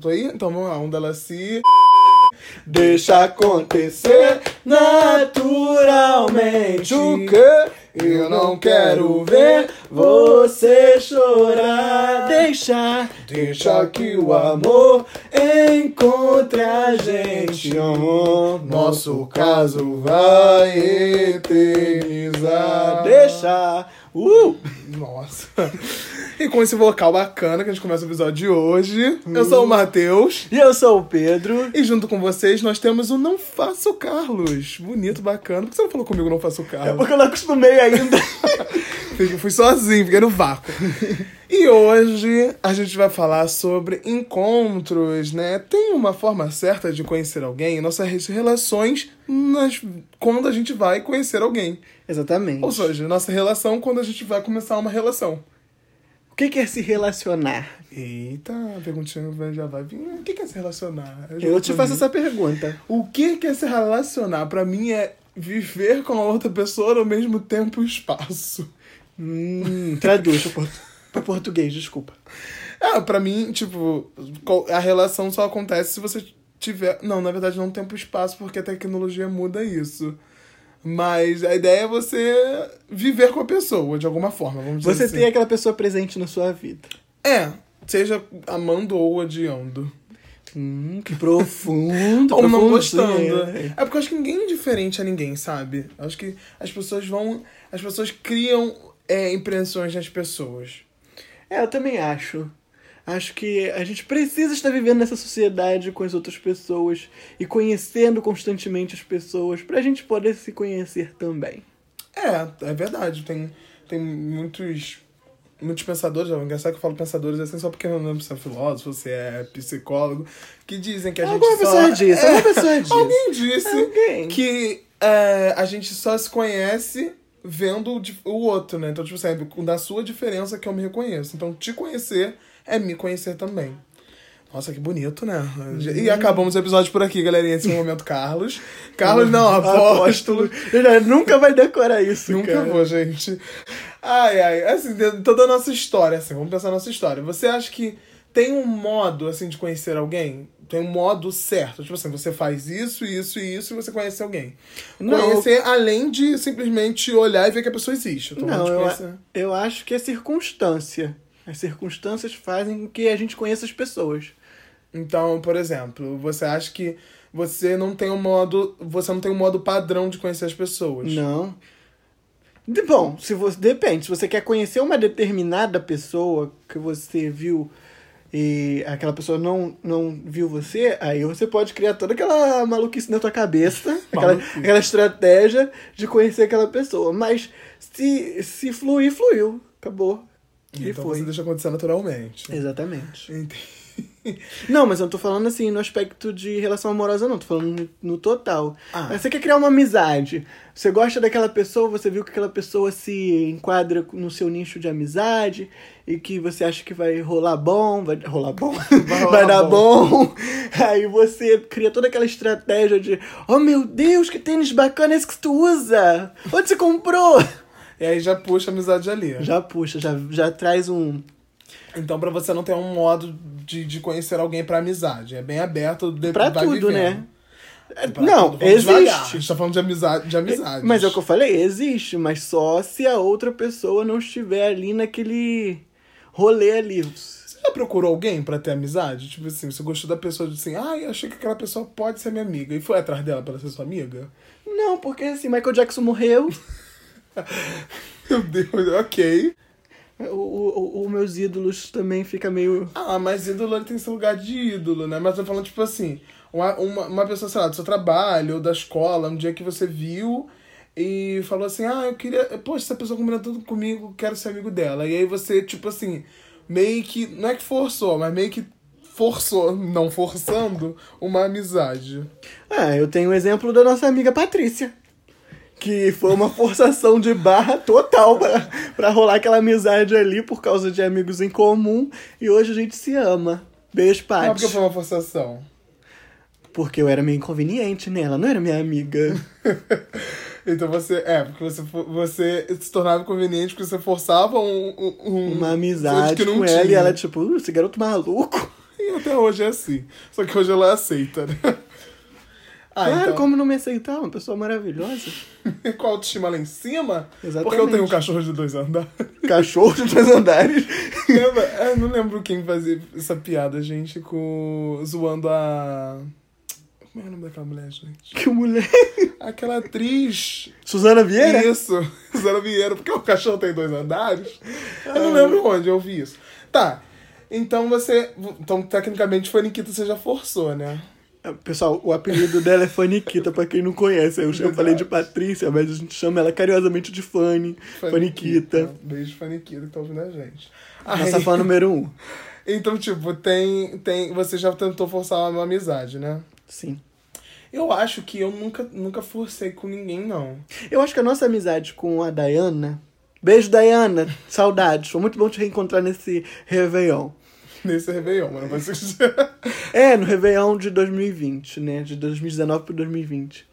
Tô aí? Então vamos lá, um delas se. Deixa acontecer Naturalmente, o que eu não quero ver. você chorar. Deixa, Deixa que o amor encontre a gente. Nosso caso vai eternizar. Deixa. Uh! Nossa. E com esse vocal bacana que a gente começa o episódio de hoje. Eu sou o Matheus. E eu sou o Pedro. E junto com vocês nós temos o Não Faço Carlos. Bonito, bacana. Por que você não falou comigo Não Faço É Carlos? porque eu não acostumei ainda. Fiquei- Fui sozinho, fiquei no vácuo. E hoje a gente vai falar sobre encontros, né? Tem uma forma certa de conhecer alguém, nossas relações nas... quando a gente vai conhecer alguém. Exatamente. Ou seja, nossa relação quando a gente vai começar uma relação. o que que é se relacionar? Eita, a perguntinha vai- já vai vir. O que que é se relacionar? já Eu te tô faço vendo. essa pergunta. O que que é se relacionar? Pra mim é viver com a outra pessoa no mesmo tempo e espaço. Hum, traduz para português, desculpa. Ah, pra mim, tipo, qual- a relação só acontece se você tiver. Não, na verdade, não tempo e espaço, porque a tecnologia muda isso. Mas a ideia é você viver com a pessoa, de alguma forma, vamos dizer Você assim. tem aquela pessoa presente na sua vida. É, seja amando ou odiando. Hum, que profundo. Ou não profundo. gostando. É. É porque eu acho que ninguém é indiferente a ninguém, sabe? Eu acho que as pessoas vão. As pessoas criam é, impressões nas pessoas. É, eu também acho. Acho que a gente precisa estar vivendo nessa sociedade com as outras pessoas e conhecendo constantemente as pessoas pra gente poder se conhecer também. É, é verdade. Tem, tem muitos, muitos pensadores, é engraçado que eu falo pensadores assim só porque eu não lembro se você é filósofo, se é psicólogo, que dizem Ah, é que a Alguma gente pessoa só... disse, alguma pessoa disse. Alguém disse Alguém. que é, a gente só se conhece vendo o, dif- o outro, né? Então, tipo, sabe, da sua diferença que eu me reconheço. Então, te conhecer é me conhecer também. Nossa, que bonito, né? E acabamos o episódio por aqui, galerinha. Esse é o momento Carlos. Carlos não, apóstolo. Eu já- é, nunca vai decorar isso, Nunca cara. vou, gente. Ai, ai. Assim, de- toda a nossa história, assim, vamos pensar na nossa história. Você acha que tem um modo, assim, de conhecer alguém? Tem um modo certo? Tipo assim, você faz isso, isso e isso e você conhece alguém. Não. Conhecer além de simplesmente olhar e ver que a pessoa existe. Eu tô falando Não, de eu, conhecer. a- eu acho que é circunstância. As circunstâncias fazem com que a gente conheça as pessoas. Então, por exemplo, você acha que você não tem um modo. Você não tem um modo padrão de conhecer as pessoas. Não. De- Bom, se você depende, se você quer conhecer uma determinada pessoa que você viu e aquela pessoa não, não viu você, aí você pode criar toda aquela maluquice na tua cabeça, aquela, Maluquice. aquela estratégia de conhecer aquela pessoa. Mas se, se fluir, fluiu. Acabou. E Então foi. você deixa acontecer naturalmente. Exatamente. Entendi. Não, mas eu não tô falando assim no aspecto de relação amorosa, não. Tô falando no no total. Ah. Mas Você quer criar uma amizade. Você gosta daquela pessoa, você viu que aquela pessoa se enquadra no seu nicho de amizade e que você acha que vai rolar bom, vai rolar bom, vai, rolar dar bom. Aí você cria toda aquela estratégia de: oh meu Deus, que tênis bacana esse que tu usa! Onde você comprou? E aí já puxa a amizade ali. né? Já puxa, já, já traz um. Então, pra você não ter um modo de, de conhecer alguém pra amizade. É bem aberto. De, Pra vai tudo, vivendo. né? É, Pra Não, tudo. Vamos devagar. A existe. gente tá falando de amizade. De amizade. Mas é o que eu falei, existe, mas só se a outra pessoa não estiver ali naquele rolê ali. Você já procurou alguém pra ter amizade? Tipo assim, você gostou da pessoa, assim, ai, eu achei que aquela pessoa pode ser minha amiga. E foi atrás dela pra ela ser sua amiga? Não, porque assim, Michael Jackson morreu, Meu Deus, ok. o, o, o meus ídolos também fica meio. Ah, mas ídolo ele tem seu lugar de ídolo, né? Mas eu tô falando, tipo assim, uma, uma, uma pessoa, sei lá, do seu trabalho ou da escola, um dia que você viu e falou assim, ah, eu queria. Poxa, essa pessoa combina tudo comigo, quero ser amigo dela. E aí você, tipo assim, meio que. Não é que forçou, mas meio que forçou, não forçando, uma amizade. Ah, eu tenho o exemplo da nossa amiga Patrícia. Que foi uma forçação de barra total pra, pra rolar aquela amizade ali por causa de amigos em comum. E hoje a gente se ama. Beijo, Não é porque Paty. foi uma forçação. Porque eu era meio inconveniente, né? Ela não era minha amiga. Então você. É, porque você, fo- você se tornava inconveniente porque você forçava um. um- um- uma amizade que não com ela e tinha. ela, tipo, "Uh, esse garoto maluco. E até hoje é assim. Só que hoje ela aceita, né? Ah, claro, então, como não me aceitar? Uma pessoa maravilhosa. com a autoestima lá em cima, porque eu Exatamente. tenho um cachorro de dois andares. Cachorro de dois andares. Lembra? Eu não lembro quem fazia essa piada, gente, com. zoando a. Como é o nome daquela mulher, gente? que mulher. Aquela atriz. Suzana Vieira? Isso, Zero Vieira, porque o cachorro tem dois andares. Eu não lembro onde eu ouvi isso. Tá. Então você. Então, tecnicamente, foi Nikita, você já forçou, né? Ah, Pessoal, o apelido dela é Faniquita, pra quem não conhece. Eu, eu falei de Patrícia, mas a gente chama ela carinhosamente de Fanny, Faniquita. Beijo, Faniquita, que tá ouvindo a gente. Nossa Aí- fã número um. Então, tipo, tem, tem. Você já tentou forçar uma amizade, né? Sim. Eu acho que eu nunca, nunca forcei com ninguém, não. Eu acho que a nossa amizade com a Dayana. Beijo, Dayana. Saudades. Foi muito bom te reencontrar nesse Réveillon. Nesse Réveillon, mas não vai ser. É, no Réveillon de 2020, né? De 2019 para 2020.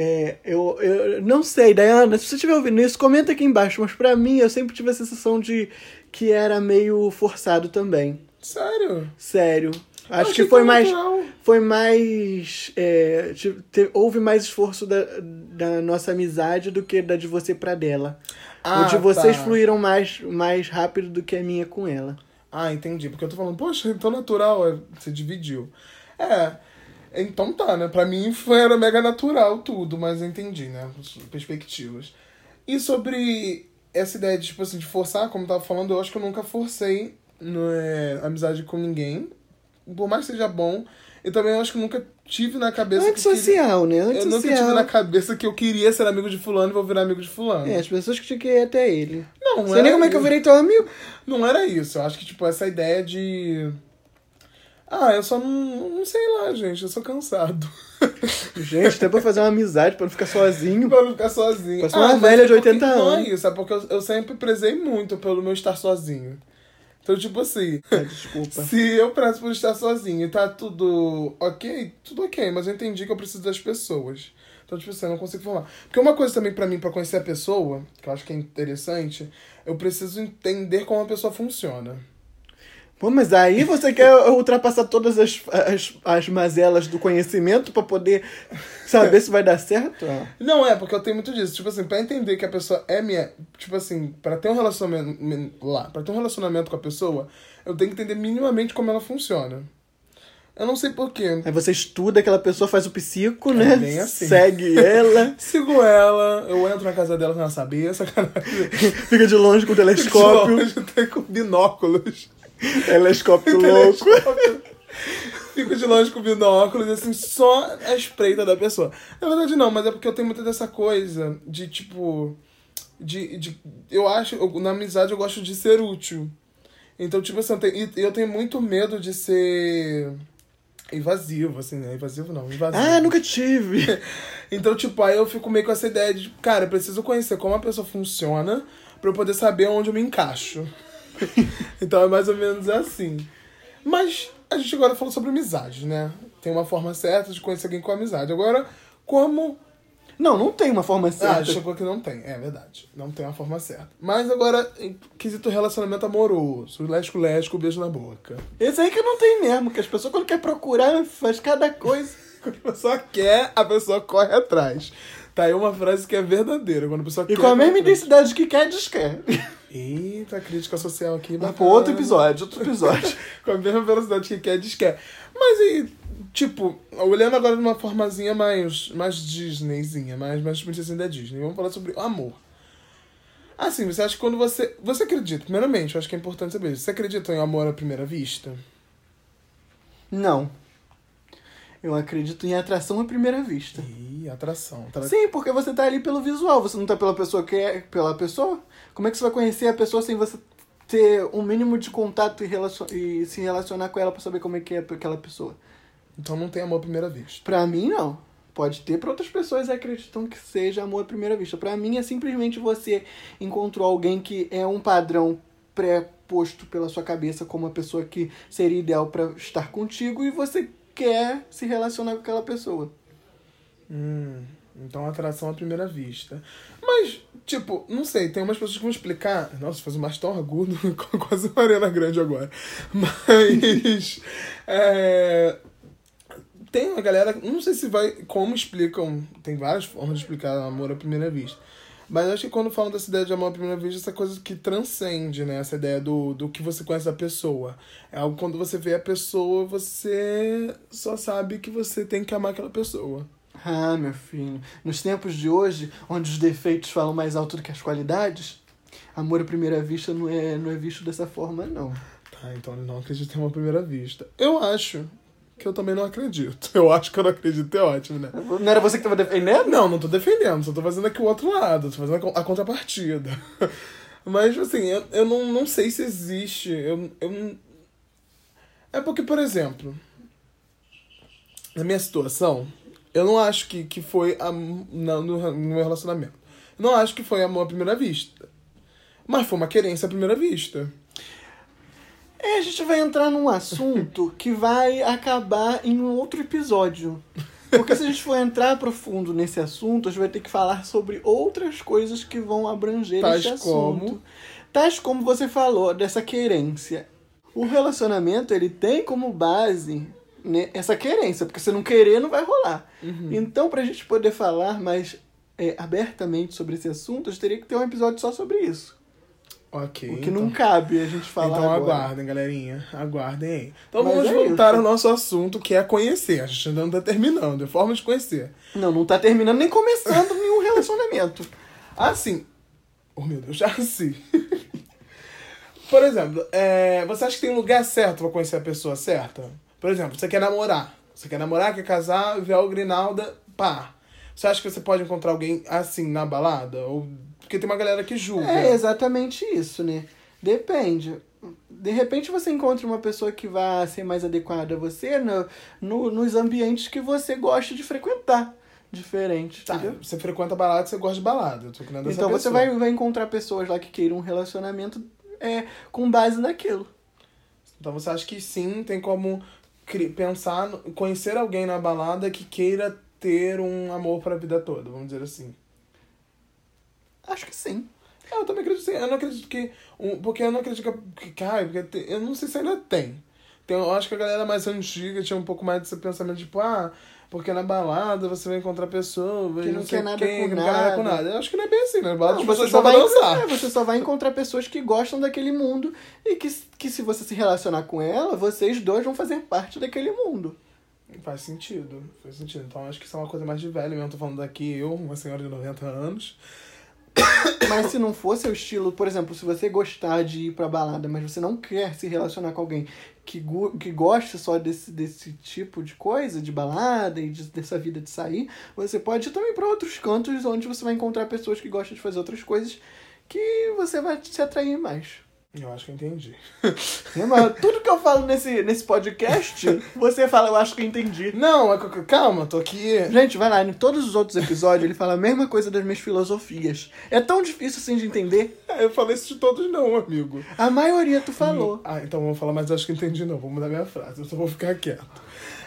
É, eu, eu não sei, Dayana, se você estiver ouvindo isso, comenta aqui embaixo. Mas pra mim, eu sempre tive a sensação de que era meio forçado também. Sério? Sério. Acho achei que foi tão mais. natural. Foi mais. é, tipo, te- houve mais esforço da, da nossa amizade do que da de você pra dela. Ah, Ou de vocês tá. fluíram mais, mais rápido do que a minha com ela. Ah, entendi. Porque eu tô falando, poxa, então natural, é, você dividiu. É. Então tá, né? Pra mim foi, era mega natural tudo, mas eu entendi, né? As Perspectivas. E sobre essa ideia de, tipo assim, de forçar, como eu tava falando, eu acho que eu nunca forcei né, amizade com ninguém. Por mais que seja bom. E também eu acho que eu nunca tive na cabeça. que eu queria- Antissocial, né? Eu nunca tive Antissocial. na cabeça que eu queria ser amigo de fulano e vou virar amigo de fulano. É, as pessoas que tinham que ir até ele. Não, Não sei nem era como é que eu isso. virei teu amigo. Não era isso. Eu acho que, tipo, essa ideia de. Ah, eu só não. Não sei lá, gente. Eu sou cansado. Gente, até pra fazer uma amizade, pra não ficar sozinho. pra não ficar sozinho. Parece uma mas velha de é porque- 80 anos. Não é isso. É porque eu, eu sempre prezei muito pelo meu estar sozinho. Então, tipo assim. Ah, desculpa. Se eu prezo por estar sozinho e tá tudo ok, tudo ok, mas eu entendi que eu preciso das pessoas. Então, tipo assim, eu não consigo formar. Porque uma coisa também pra mim, pra conhecer a pessoa, que eu acho que é interessante, eu preciso entender como a pessoa funciona. Pô, mas aí você quer ultrapassar todas as, as, as mazelas do conhecimento pra poder saber se vai dar certo? Ah. Não, é, porque eu tenho muito disso. Tipo assim, pra entender que a pessoa é minha. Tipo assim, pra ter um relacionamento. men- Lá, pra ter um relacionamento com a pessoa, eu tenho que entender minimamente como ela funciona. Eu não sei porquê. Aí você estuda aquela pessoa, faz o psico, né? bem assim. Segue ela, Sigo ela, eu entro na casa dela sem ela saber, sacanagem. fica de longe com o telescópio, De longe, até com binóculos. telescópio louco. Fico de longe com binóculos, assim, só a espreita da pessoa. Na verdade, não, mas é porque eu tenho muita dessa coisa de, tipo. De, de, eu acho, eu- na amizade eu gosto de ser útil. Então, tipo assim, eu tenho, e eu tenho muito medo de ser invasivo, assim, né? Invasivo não, invasivo. Ah, nunca tive. Então, tipo, aí eu fico meio com essa ideia de, cara, eu preciso conhecer como a pessoa funciona pra eu poder saber onde eu me encaixo. então é mais ou menos assim. Mas a gente agora falou sobre amizade, né? Tem uma forma certa de conhecer alguém com amizade. Agora, como. Não, não tem uma forma Ah, certa. chegou que não tem, é verdade. Não tem uma forma certa. Mas agora, em quesito relacionamento amoroso. Lésbico, lésbico, beijo na boca. Esse aí que não tem mesmo, que as pessoas quando quer procurar faz cada coisa. Quando a pessoa quer, a pessoa corre atrás. Tá aí uma frase que é verdadeira. Quando a pessoa E quer. com a mesma corre atrás. intensidade que é. quer, desquer. Eita, crítica social aqui. Mas pro bacana. outro episódio, outro episódio. Com a mesma velocidade que quer, diz que é. Mas e, tipo, olhando agora de uma formazinha mais, mais Disneyzinha, mais, mais princesa da Disney, vamos falar sobre amor. Assim, você acha que quando você. Você acredita, primeiramente, eu acho que é importante saber isso. Você acredita em amor à primeira vista? Não. Eu acredito em atração à primeira vista. Ih, atração. Atra- Sim, porque você tá ali pelo visual, você não tá pela pessoa que é pela pessoa. Como é que você vai conhecer a pessoa sem você ter um mínimo de contato e, relacion... e se relacionar com ela pra saber como é que é aquela pessoa? Então não tem amor à primeira vista. Pra mim, não. Pode ter pra outras pessoas que acreditam que seja amor à primeira vista. Pra mim, é simplesmente você encontrou alguém que é um padrão pré-posto pela sua cabeça como a pessoa que seria ideal pra estar contigo e você quer se relacionar com aquela pessoa. Hum, Então, atração à primeira vista. Mas, tipo, não sei, tem umas pessoas que vão explicar. Nossa, faz um mais tão agudo, quase uma arena grande agora. Mas. é, Tem uma galera, não sei se vai. Como explicam. Tem várias formas de explicar amor à primeira vista. Mas eu acho que quando falam dessa ideia de amor à primeira vista, essa coisa que transcende, né? Essa ideia do, do que você conhece da pessoa. É algo quando você vê a pessoa, você só sabe que você tem que amar aquela pessoa. Ah, meu filho. Nos tempos de hoje, onde os defeitos falam mais alto do que as qualidades, amor à primeira vista não é, não é visto dessa forma, não. Tá, então ele não acredita em uma primeira vista. Eu acho que eu também não acredito. Eu acho que eu não acredito, é ótimo, né? Não era você que tava defendendo? Não, não tô defendendo, só tô fazendo aqui o outro lado, tô fazendo a con- a contrapartida. Mas, assim, eu, eu não, não sei se existe. Eu, eu... não- É porque, por exemplo, na minha situação, eu não acho que, que foi a, na, no, no meu relacionamento. Eu não acho que foi amor à primeira vista. Mas foi uma querência à primeira vista. É, a gente vai entrar num assunto que vai acabar em um outro episódio. Porque se a gente for entrar profundo nesse assunto, a gente vai ter que falar sobre outras coisas que vão abranger Tais esse assunto. como? Tais como você falou, dessa querência. O relacionamento, ele tem como base né, essa querência, porque se não querer, não vai rolar. Uhum. Então, pra gente poder falar mais é, abertamente sobre esse assunto, a gente teria que ter um episódio só sobre isso. Ok. o que então. não cabe a gente falar Então agora. aguardem, galerinha. Aguardem aí. Então Mas vamos é voltar isso. ao nosso assunto, que é conhecer. A gente ainda não tá terminando, é forma de conhecer. Não, não tá terminando nem começando nenhum relacionamento. Assim. Oh meu Deus, assim. Por exemplo, é, você acha que tem um lugar certo pra conhecer a pessoa certa? Por exemplo, você quer namorar. Você quer namorar, quer casar, vê o Grinalda, pá. Você acha que você pode encontrar alguém assim na balada? Ou... Porque tem uma galera que julga. É exatamente isso, né? Depende. De repente você encontra uma pessoa que vai ser mais adequada a você no, no- nos ambientes que você gosta de frequentar. Diferente, Tá, entendeu? você frequenta balada, você gosta de balada. Eu tô querendo essa Então você pessoa. vai, vai encontrar pessoas lá que queiram um relacionamento é, com base naquilo. Então você acha que sim, tem como cri- pensar, no- conhecer alguém na balada que queira ter um amor pra vida toda, vamos dizer assim. Acho que sim. É, Eu também acredito sim, eu não acredito que. um- porque eu não acredito que. que ai, porque tem- eu não sei se ainda tem. tem. Eu acho que a galera mais antiga tinha um pouco mais desse pensamento, tipo, ah, porque na balada você vai encontrar pessoas. Que não sei quer nada quem, com que não quer nada com nada. nada. Eu acho que não é bem assim, né? Na balada Não, as você, pessoas só só vai vão encontrar, dançar. você só vai encontrar pessoas que gostam daquele mundo e que, que se você se relacionar com ela, vocês dois vão fazer parte daquele mundo. Faz sentido, faz sentido. Então acho que isso é uma coisa mais de velho mesmo. Tô falando daqui, eu, uma senhora de 90 anos. Mas se não for seu estilo, por exemplo, se você gostar de ir pra balada, mas você não quer se relacionar com alguém que, go- que gosta só desse, desse tipo de coisa, de balada e de- dessa vida de sair, você pode ir também pra outros cantos onde você vai encontrar pessoas que gostam de fazer outras coisas que você vai se atrair mais. Eu acho que eu entendi. Né, mas tudo que eu falo nesse, nesse podcast, você fala, eu acho que eu entendi. Não, é que- calma, tô aqui. Gente, vai lá, em todos os outros episódios ele fala a mesma coisa das minhas filosofias. É tão difícil assim de entender. É, Eu falei isso de todos, não, amigo. A maioria tu falou. Ah, então vamos falar, mas eu acho que entendi, não. Vou mudar minha frase, eu só vou ficar quieto.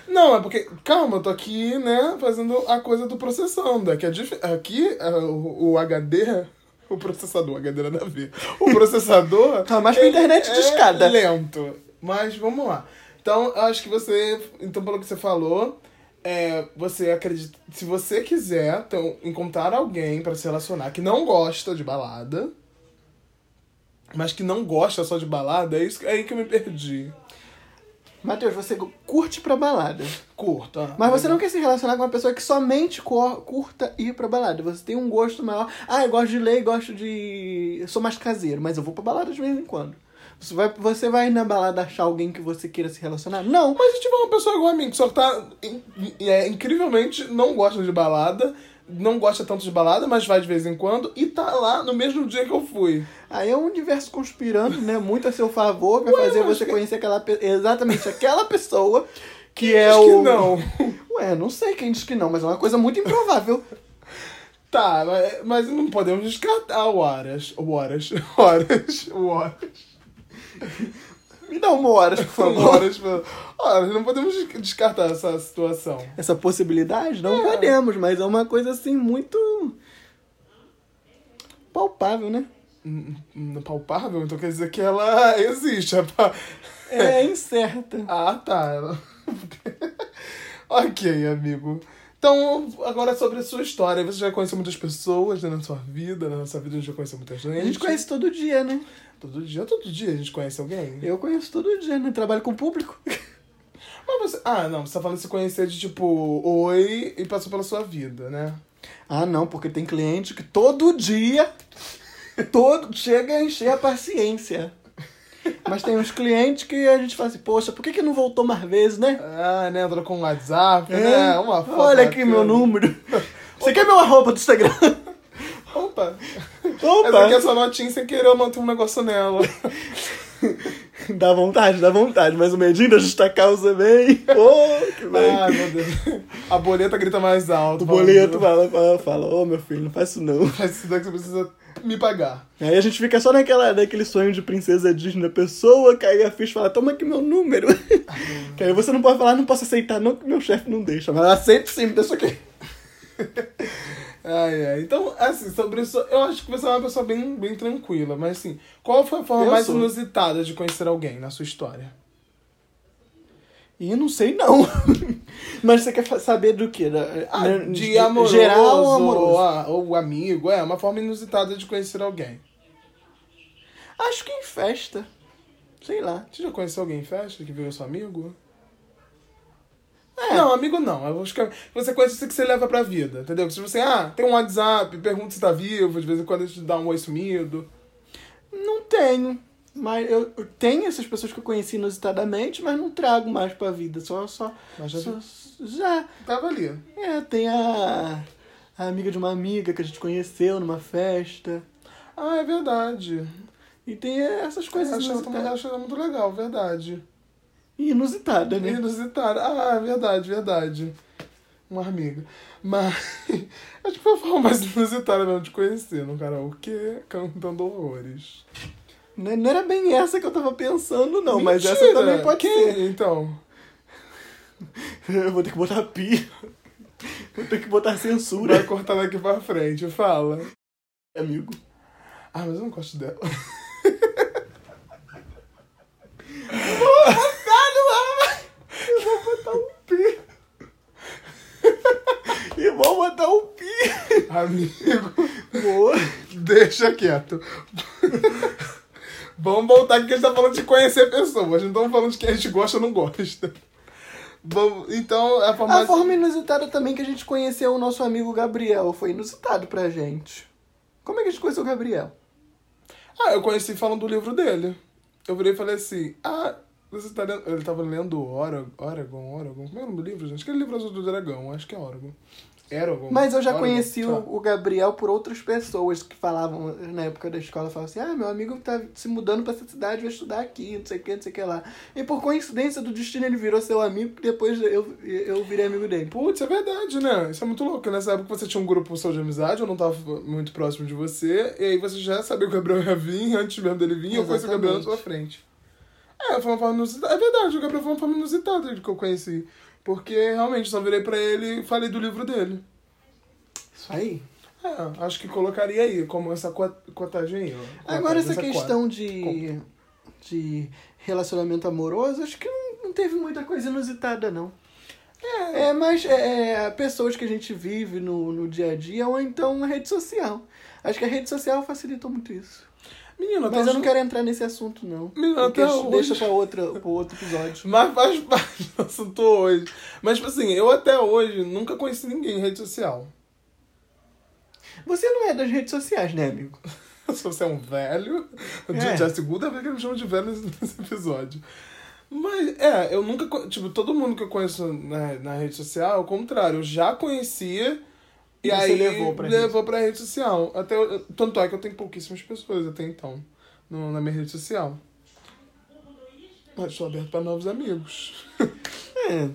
Não, é porque, calma, eu tô aqui, né, fazendo a coisa do processando. Aqui, é dif... aqui é o, o HD, o processador, HD nada a ver. O processador. Tá mais pra ele internet é discada. lento. Mas vamos lá. Então, eu acho que você. Então, pelo que você falou. É, você acredita. Se você quiser então, encontrar alguém pra se relacionar que não gosta de balada, mas que não gosta só de balada, é isso que- é aí que eu me perdi. Matheus, você go- curte pra balada. Curta. Mas você não quer se relacionar com uma pessoa que somente co- curta ir pra balada. Você tem um gosto maior. Ah, eu gosto de ler, gosto de. Eu sou mais caseiro, mas eu vou pra balada de vez em quando. Você vai, você vai na balada achar alguém que você queira se relacionar? Não! Mas se tiver uma pessoa igual a mim, que só tá. in- in- é, incrivelmente não gosta de balada, não gosta tanto de balada, mas vai de vez em quando, e tá lá no mesmo dia que eu fui. Aí é um universo conspirando, né? Muito a seu favor, vai fazer mas você que- conhecer aquela pe- exatamente aquela pessoa que é Diz o. que não. Ué, não sei quem diz que não, mas é uma coisa muito improvável. Tá, mas, mas não podemos descartar o Horas. O Horas. Horas. O Horas. Me dá uma hora, por favor. Agora, tipo, olha, não podemos des- descartar essa situação. Essa possibilidade não É. podemos, mas é uma coisa assim muito. palpável, né? Hum, hum, Palpável, então quer dizer que ela existe. é pa- É incerta. Ah, tá. ok, amigo. Então, agora sobre a sua história. Você já conheceu muitas pessoas né, na sua vida, na nossa vida a gente já conheceu muita gente. A gente conhece todo dia, né? Todo dia, todo dia a gente conhece alguém. Eu conheço todo dia, né? Trabalho com público. Mas você... Ah, não, você tá falando de se conhecer de tipo, oi, e passou pela sua vida, né? Ah, não, porque tem cliente que todo dia todo chega a encher a paciência. Mas tem uns clientes que a gente fala assim, poxa, por que, que não voltou mais vezes, né? Ah, né? Entrou com um WhatsApp, É, né? Uma foto. Olha aqui meu número. Você quer meu arroba do Instagram? Opa! Essa aqui é Opa! sua notinha sem querer, eu manter um negócio nela. Dá vontade, dá vontade, mas o tá medinho da justa causa vem. Oh, que bem. Ai, Ah, meu Deus. A boleta grita mais alto. o boleto falando, fala, fala, fala, ô meu filho, não faz isso não. Faz isso daqui, você precisa me pagar. Aí a gente fica só naquela, naquele sonho de princesa Disney da pessoa, que aí a ficha fala, toma aqui meu número. que aí você não pode falar, não posso aceitar não, que meu chefe não deixa. Mas aceita sim, me deixa aqui. Ai, ai. Então, assim, sobre isso, eu acho que você é uma pessoa bem, bem tranquila, mas assim, qual foi a forma Eu mais sou. inusitada de conhecer alguém na sua história? E eu não sei não. Mas você quer fa- saber do que? Ah, de amoroso, Geral ou Ou, amoroso? a- ou amigo, é, uma forma inusitada de conhecer alguém. Acho que em festa. Sei lá. Você já conheceu alguém em festa que virou seu amigo? É. Não, amigo não. Eu acho que você conhece isso que você leva pra vida, entendeu? Se você, ah, tem um WhatsApp, pergunta se tá vivo, de vez em quando a gente dá um oi sumido. Não tenho. Mas eu, eu tenho essas pessoas que eu conheci inusitadamente, mas não trago mais pra vida. Só, só, Mas já só já. Tava ali. É, tem a, a amiga de uma amiga que a gente conheceu numa festa. Ah, é verdade. E tem essas Eu coisas achei ela- eu inusitadas. achei ela é muito legal, verdade. Inusitada, né? Inusitada. Ah, verdade, verdade. Uma amiga. Mas acho que foi a forma mais inusitada mesmo de conhecer, no karaokê, cantando horrores. Não não era bem essa que eu tava pensando, não, mas essa Mentira! também pode Quem? ser. Então, Eu vou ter que botar pi. Vou ter que botar censura, vai cortar daqui pra frente, fala. amigo. Ah, mas eu não gosto dela. Eu vou botar um pi. E vou botar um pi. Amigo, Boa. deixa quieto. Vamos voltar aqui que a gente tá falando de conhecer pessoas. Não estamos falando de quem a gente gosta ou não gosta. Vamos, então, a forma... A forma inusitada também que a gente conheceu o nosso amigo Gabriel. Foi inusitado pra gente. Como é que a gente conheceu o Gabriel? Ah, eu conheci falando do livro dele. Eu virei e falei assim, ah, você tá lendo... Ele tava lendo Ora- Oregon, Oregon, como é o nome do livro, gente? Aquele livro azul do dragão, acho que é Oregon. Eragon. Mas eu já Oregon, Tá. conheci sei o, lá. o Gabriel por outras pessoas que falavam na época da escola, falavam assim, ah, meu amigo tá se mudando pra essa cidade, vai estudar aqui, não sei o que, não sei o que lá. E por coincidência do destino ele virou seu amigo, que depois eu, eu virei amigo dele. Putz, é verdade, né? Isso é muito louco. Nessa época você tinha um grupo seu de amizade, eu não tava muito próximo de você, e aí você já sabia que o Gabriel ia vir, antes mesmo dele vir, eu conheci o Gabriel na Exatamente. sua frente. É, foi uma forma inusitada. É verdade, o Gabriel foi uma forma inusitada que eu conheci. Porque realmente só virei pra ele e falei do livro dele. Isso aí. É, acho que colocaria aí, como essa co- cotagem aí. ó. Agora essa Cotagem, questão Conta. de, de relacionamento amoroso, acho que não, não teve muita coisa inusitada, não. É, mas é, é, pessoas que a gente vive no, no dia a dia ou então a rede social. Acho que a rede social facilitou muito isso. cota. Menino, Mas eu Então, não quero entrar nesse assunto, não. então, Menina, Porque até isso hoje. deixa pra, outra, pra outro episódio. Mas faz parte do assunto hoje. Mas, tipo assim, eu até hoje nunca conheci ninguém em rede social. Você não é das redes sociais, né, amigo? Se você é um velho. É. Gente, é a segunda vez que ele me chama de velho nesse, nesse episódio. Mas, é, eu nunca. co- Tipo, todo mundo que eu conheço na, na rede social, ao contrário, eu já conhecia. E Você aí levou pra levou pra rede social. Até, eu- tanto é que eu tenho pouquíssimas pessoas até então no- na minha rede social. Mas estou aberto pra novos amigos. É.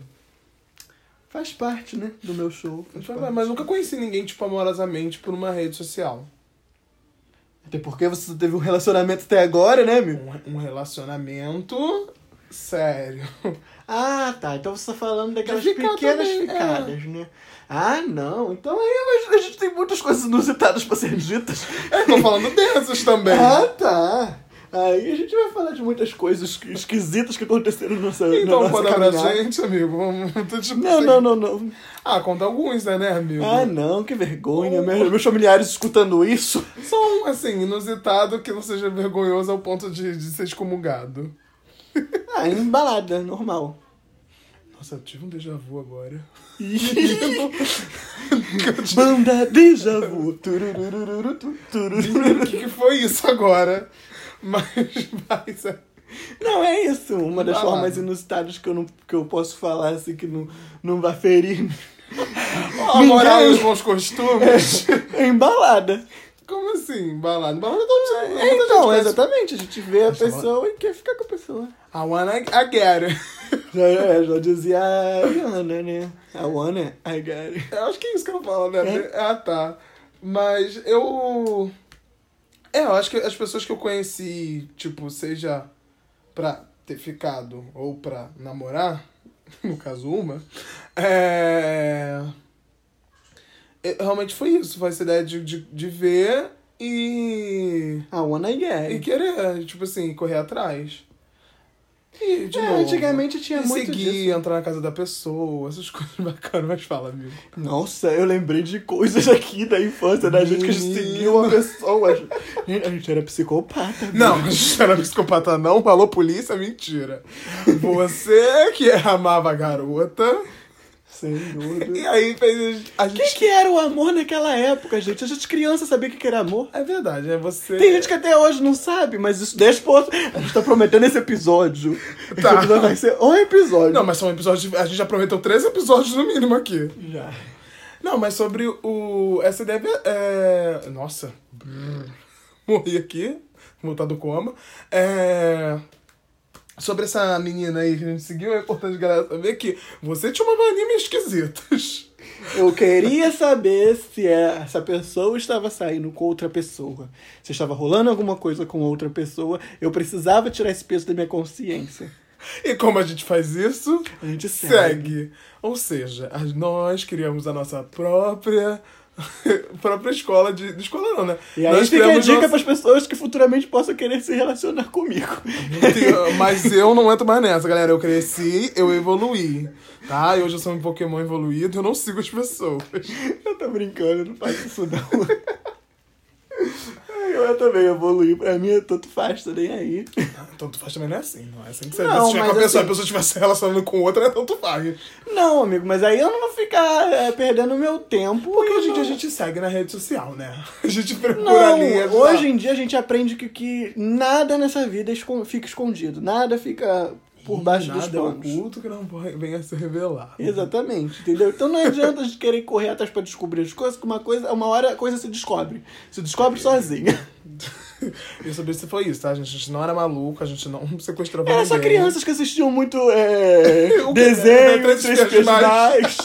Faz parte, né, do meu show. Faz parte. Mas nunca conheci ninguém, tipo, amorosamente por uma rede social. Até porque você só teve um relacionamento até agora, né, amigo? Um, um relacionamento sério. Ah, tá. Então você tá falando daquelas De ficar pequenas também, é. ficadas, né? Ah, não. Então aí a gente- a gente tem muitas coisas inusitadas pra ser ditas. Eu tô falando dessas também. Ah, tá. Aí a gente vai falar de muitas coisas esqui- esquisitas que aconteceram na nossa, na Então, nossa conta pra caminhada. gente, amigo. Vamos- tô, tipo, Não, sem- não, não, não. Ah, conta alguns, né, né, amigo? Ah, não, que vergonha. Meus, meus familiares escutando isso. Só um, assim, inusitado que não seja vergonhoso ao ponto de, de ser excomungado. Ah, embalada, normal. Nossa, eu tive um déjà vu agora. Banda déjà vu. Tururururu, tu- turururu. O que, que foi isso agora? Mas vai, Zé. Não, é isso. Uma das Embalada. formas inusitadas que eu, não, que eu posso falar, assim, que não, não vai ferir. A moral Ninguém- e os bons costumes. É embalada. Como assim? Balada. Balada todo mundo. É, então, exatamente. A gente vê a Essa- pessoa e quer ficar com a pessoa. I wanna, I get it. Já, é, já dizia a Ariana, né? A Wanna, I got it. Eu acho que é isso que eu falo, né? É. Ah, tá. Mas eu. É, eu acho que as pessoas que eu conheci, tipo, seja pra ter ficado ou pra namorar, no caso uma, é. é, Realmente foi isso, foi essa ideia de, de, de ver e. A Wanna, I got e it. querer, tipo assim, correr atrás. E, de É, novo, antigamente tinha e muito seguir, disso. entrar na casa da pessoa, essas coisas bacanas, mas fala, amigo. Nossa, eu lembrei de coisas aqui da infância da gente que a gente Menino. seguiu a pessoa. A gente, a gente era psicopata. Não, a gente não era psicopata, não. Falou polícia, mentira. Você que amava a garota. Sem dúvida. E aí fez a O que, gente. que era o amor naquela época, gente? A gente criança sabia o que, que era amor. É verdade, é você. Tem gente que até hoje não sabe, mas isso deixa pro outro. A gente tá prometendo esse episódio. Esse Tá. episódio vai ser um episódio. Não, mas são episódios. A gente já prometeu três episódios no mínimo aqui. Já. Não, mas sobre o. Essa ideia. É... Nossa. Morri aqui. Voltar do coma. É. Sobre essa menina aí que a gente seguiu, é importante, galera, saber que você tinha uma mania meio esquisitas. Eu queria saber se é- essa pessoa estava saindo com outra pessoa. Se estava rolando alguma coisa com outra pessoa. Eu precisava tirar esse peso da minha consciência. E como a gente faz isso? A gente segue. Segue. Ou seja, as- nós criamos a nossa própria. própria escola de. de escola não, né? E aí nós fica a criamos dica nossa- pras pessoas que futuramente possam querer se relacionar comigo. Não tenho- Mas eu não entro mais nessa, galera. Eu cresci, eu evoluí. Tá? E hoje eu sou um Pokémon evoluído eu não sigo as pessoas. Eu tô brincando, não faz isso não. Ai, Eu também evoluí. Pra mim, tanto faz, tô nem aí. Tanto faz também não é assim, não é assim que você Não, não, tiver com a mas pessoa, assim- a pessoa estiver se relacionando com outra, é tanto faz. Não, amigo, mas aí eu não vou ficar é, perdendo meu tempo. Porque e hoje em dia a não- gente segue na rede social, né? A gente procura Não, ali. é hoje em dia a gente aprende que, que nada nessa vida escon- fica escondido. Nada fica por baixo nada dos é panos. oculto que não venha a se revelar. Exatamente, entendeu? Então não adianta a gente querer correr atrás pra descobrir as coisas, que uma coisa, uma hora a coisa se descobre. Se descobre sozinha. Eu sabia se foi isso, tá, gente? A gente não era maluco, a gente não sequestrava Era só ninguém. crianças que assistiam muito é, O que- desenho, Três Três Espias Espias Demais.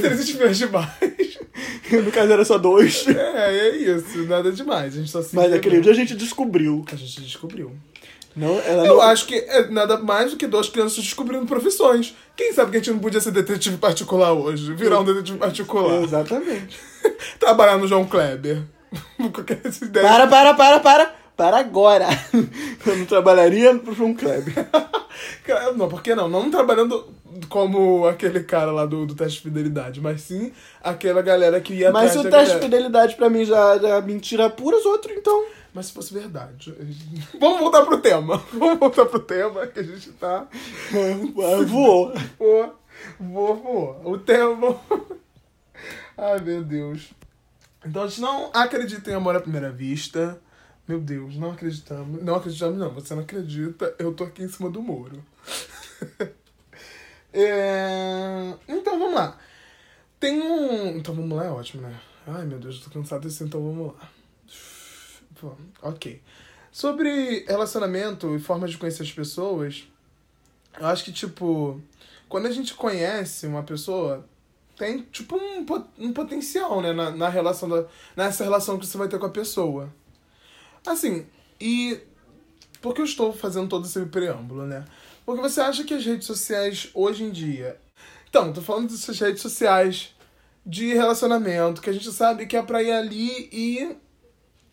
Três espiões demais. No caso era só dois. É, é isso. Nada demais. A gente só se... Mas aquele dia a gente descobriu. A gente descobriu. Não, ela Eu não... acho que é nada mais do que duas crianças descobrindo profissões. Quem sabe que a gente não podia ser detetive particular hoje? Virar um detetive particular. é. Exatamente. Trabalhar no João Kleber. Qualquer essa ideia. Para, para, para, para. Para agora. Eu não trabalharia um pro João Kleber. Cara, Não, por que não? Não trabalhando como aquele cara lá do, do teste de fidelidade, mas sim aquela galera que é. ia Mas se atrás o da teste de galera. fidelidade pra mim já era mentira pura, os outros então... Mas se fosse verdade. Vamos voltar pro tema. Vamos voltar pro tema que a gente tá. é, Voou. Voa, voa, voa. O tema. Ai, meu Deus. Então a gente não acredita em amor à primeira vista. Meu Deus, não acreditamos. Não acreditamos, não. Você não acredita. Eu tô aqui em cima do muro. É, Então vamos lá. Tem um. Então vamos lá, é ótimo, né? Ai, meu Deus, eu tô cansado disso, então vamos lá. Vamos, Ok. Sobre relacionamento e formas de conhecer as pessoas, eu acho que, tipo, quando a gente conhece uma pessoa, tem tipo um, po- um potencial, né? Na, na relação da, nessa relação que você vai ter com a pessoa. Assim, e por que eu estou fazendo todo esse preâmbulo, né? Porque você acha que as redes sociais hoje em dia. Então, tô falando dessas redes sociais de relacionamento, que a gente sabe que é pra ir ali e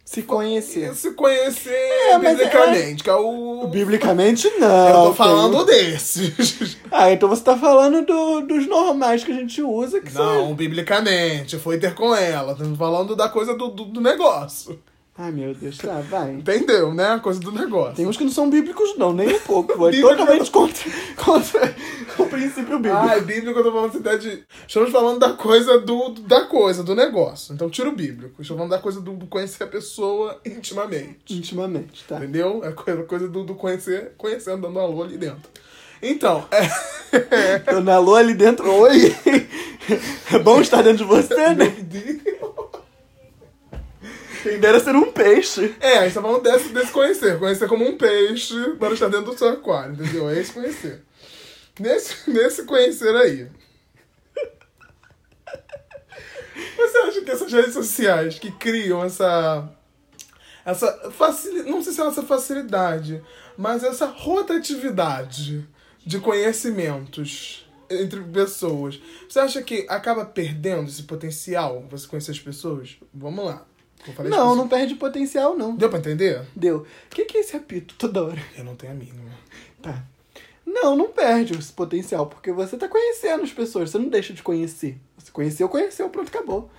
Se conhecer. e se conhecer mas é- biblicamente, que é o. Biblicamente, não. Eu tô tem- falando desses. Ah, então você tá falando do- dos normais que a gente usa, que são. Não, biblicamente, foi ter com ela. Estamos falando da coisa do, do, do negócio. Ai, meu Deus, tá, vai. Entendeu, né? A coisa do negócio. Tem uns que não são bíblicos, não, nem um pouco. É Bíblico- totalmente contra, contra o princípio bíblico. Ai, Ah, bíblico, eu tô falando assim, tá de... Estamos falando da coisa do, da coisa, do negócio. Então tira o bíblico. Estamos falando da coisa do conhecer a pessoa intimamente. Intimamente, tá. Entendeu? É a coisa- coisa do, do conhecer, conhecendo, dando alô ali dentro. Então, é. Eu na lua Então, né, ali dentro, oi. É bom estar dentro de você, né? Meu Deus. Quem dera ser um peixe. É, a gente tá falando desse, desse conhecer. Conhecer como um peixe para estar dentro do seu aquário, entendeu? É esse conhecer. Nesse, nesse conhecer aí. Você acha que essas redes sociais que criam essa. Essa facilidade. Não sei se é essa facilidade, mas essa rotatividade de conhecimentos entre pessoas. Você acha que acaba perdendo esse potencial você conhecer as pessoas? Vamos lá. Eu falei Não, de não perde potencial, não. Deu pra entender? Deu. O que, que é esse apito toda hora? Eu não tenho né? a mínima. Tá. Não, não perde esse potencial, porque você tá conhecendo as pessoas, você não deixa de conhecer. Você conheceu, conheceu, pronto, acabou.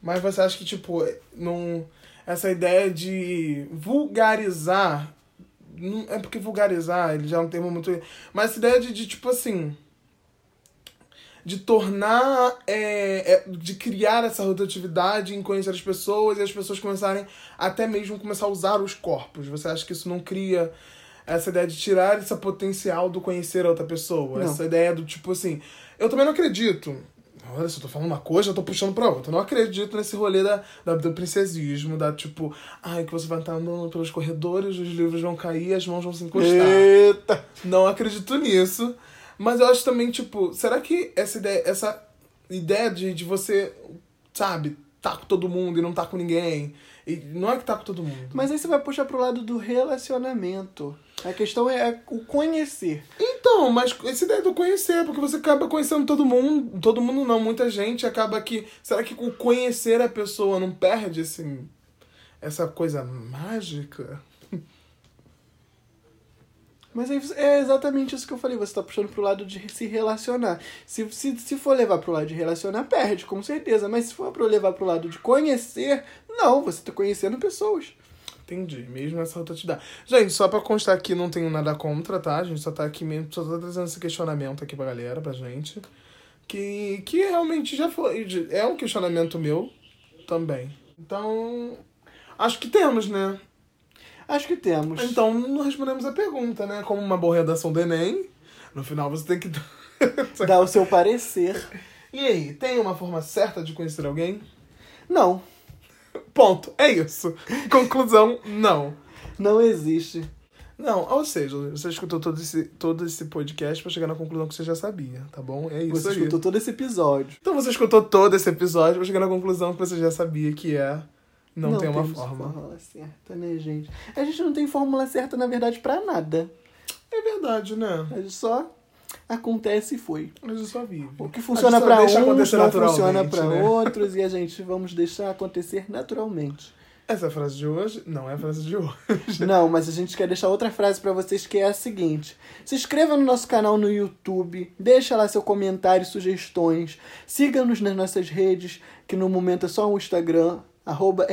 Mas você acha que, tipo, não... essa ideia de vulgarizar. Não... É porque vulgarizar, ele já é um termo muito. Mas essa ideia de, de, tipo assim. De tornar. é, é, de criar essa rotatividade em conhecer as pessoas e as pessoas começarem até mesmo começar a usar os corpos. Você acha que isso não cria essa ideia de tirar esse potencial do conhecer a outra pessoa? Não. Essa ideia do tipo assim. Eu também não acredito. Olha, se eu tô falando uma coisa, eu tô puxando pra outra. Eu não acredito nesse rolê da, da- do princesismo, da tipo, ai, que você vai estar andando pelos corredores, os livros vão cair, as mãos vão se encostar. Eita! Não acredito nisso. Mas eu acho também, tipo, será que essa ideia, essa ideia de, de você, sabe, tá com todo mundo e não tá com ninguém? E não é que tá com todo mundo. Mas aí você vai puxar pro lado do relacionamento. A questão é o conhecer. Então, mas essa ideia do conhecer, porque você acaba conhecendo todo mundo. Todo mundo não, muita gente acaba que. Será que com conhecer a pessoa não perde esse, essa coisa mágica? Mas aí é exatamente isso que eu falei, você tá puxando pro lado de se relacionar. Se, se, se for levar pro lado de relacionar, perde, com certeza. Mas se for pra eu levar pro lado de conhecer, não, você tá conhecendo pessoas. Entendi, mesmo essa rotatividade. Gente, só pra constar que não tenho nada contra, tá? A gente só tá aqui mesmo, só tá trazendo esse questionamento aqui pra galera, pra gente. Que, que realmente já foi. É um questionamento meu também. Então. Acho que temos, né? Acho que temos. Então não respondemos a pergunta, né? Como uma boa redação do Enem, no final você tem que. Dá o seu parecer. e aí, tem uma forma certa de conhecer alguém? Não, Ponto. É isso. Conclusão, não. não existe. Não, ou seja, você escutou todo esse, todo esse podcast pra chegar na conclusão que você já sabia, tá bom? É isso Você aí. escutou todo esse episódio. Então você escutou todo esse episódio pra chegar na conclusão que você já sabia que é não, tem uma temos forma. fórmula certa, né, gente? A gente não tem fórmula certa, na verdade, pra nada. É verdade, né? A gente só acontece e foi. Mas eu só vivo. O que funciona só pra uns deixa acontecer não funciona naturalmente, né? pra outros e a gente vamos deixar acontecer naturalmente. Essa é a frase de hoje não é a frase de hoje. Não, mas a gente quer deixar outra frase pra vocês que é a seguinte: se inscreva no nosso canal no YouTube, deixa lá seu comentário, e sugestões, siga-nos nas nossas redes, que no momento é só o Instagram. Arroba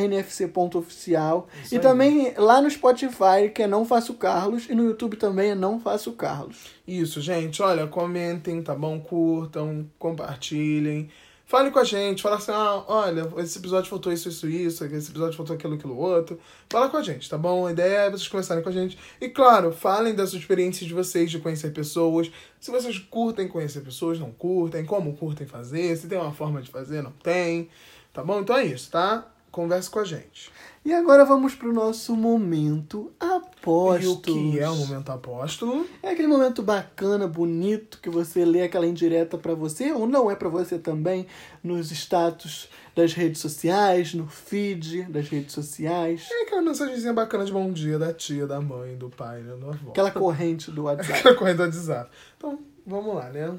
nfc.oficial. Isso E aí. também lá no Spotify, que é Não Faço Carlos. E no YouTube também é Não Faço Carlos. Isso, gente. Olha, comentem, tá bom? Curtam, compartilhem. Fale com a gente, fala assim, ah, olha, esse episódio faltou isso, isso, isso, esse episódio faltou aquilo, aquilo, outro. Fala com a gente, tá bom? A ideia é vocês conversarem com a gente. E claro, falem das experiências de vocês de conhecer pessoas. Se vocês curtem conhecer pessoas, não curtem, como curtem fazer, se tem uma forma de fazer, não tem. Tá bom? Então é isso, tá? Converse com a gente. E agora vamos pro nosso momento. A E o apostos. que é o momento apóstolo? É aquele momento bacana, bonito, que você lê aquela indireta pra você, ou não é pra você também, nos status das redes sociais, no feed das redes sociais, É aquela mensagenzinha bacana de bom dia da tia, da mãe, do pai, né? Do avô. aquela corrente do WhatsApp. Aquela corrida de zap. Então, vamos lá, né?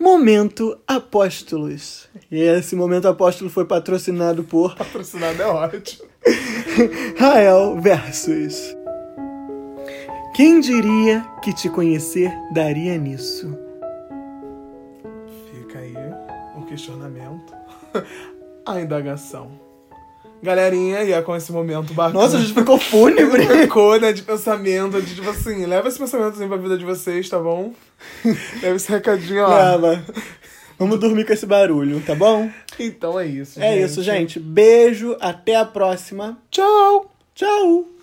Momento Apóstolos. E esse Momento Apóstolo foi patrocinado por Patrocinado é ótimo. Rael Versus. Quem diria que te conhecer daria nisso? Fica aí o questionamento. A indagação. Galerinha, e é com esse momento bacana. Nossa, a gente ficou fúnebre. Brincou, né, de pensamento, de tipo assim, leva esse pensamento pra vida de vocês, tá bom? Leva esse recadinho, ó. Leva. Vamos dormir com esse barulho, tá bom? Então é isso, É isso, gente. Beijo, até a próxima. Tchau! Tchau!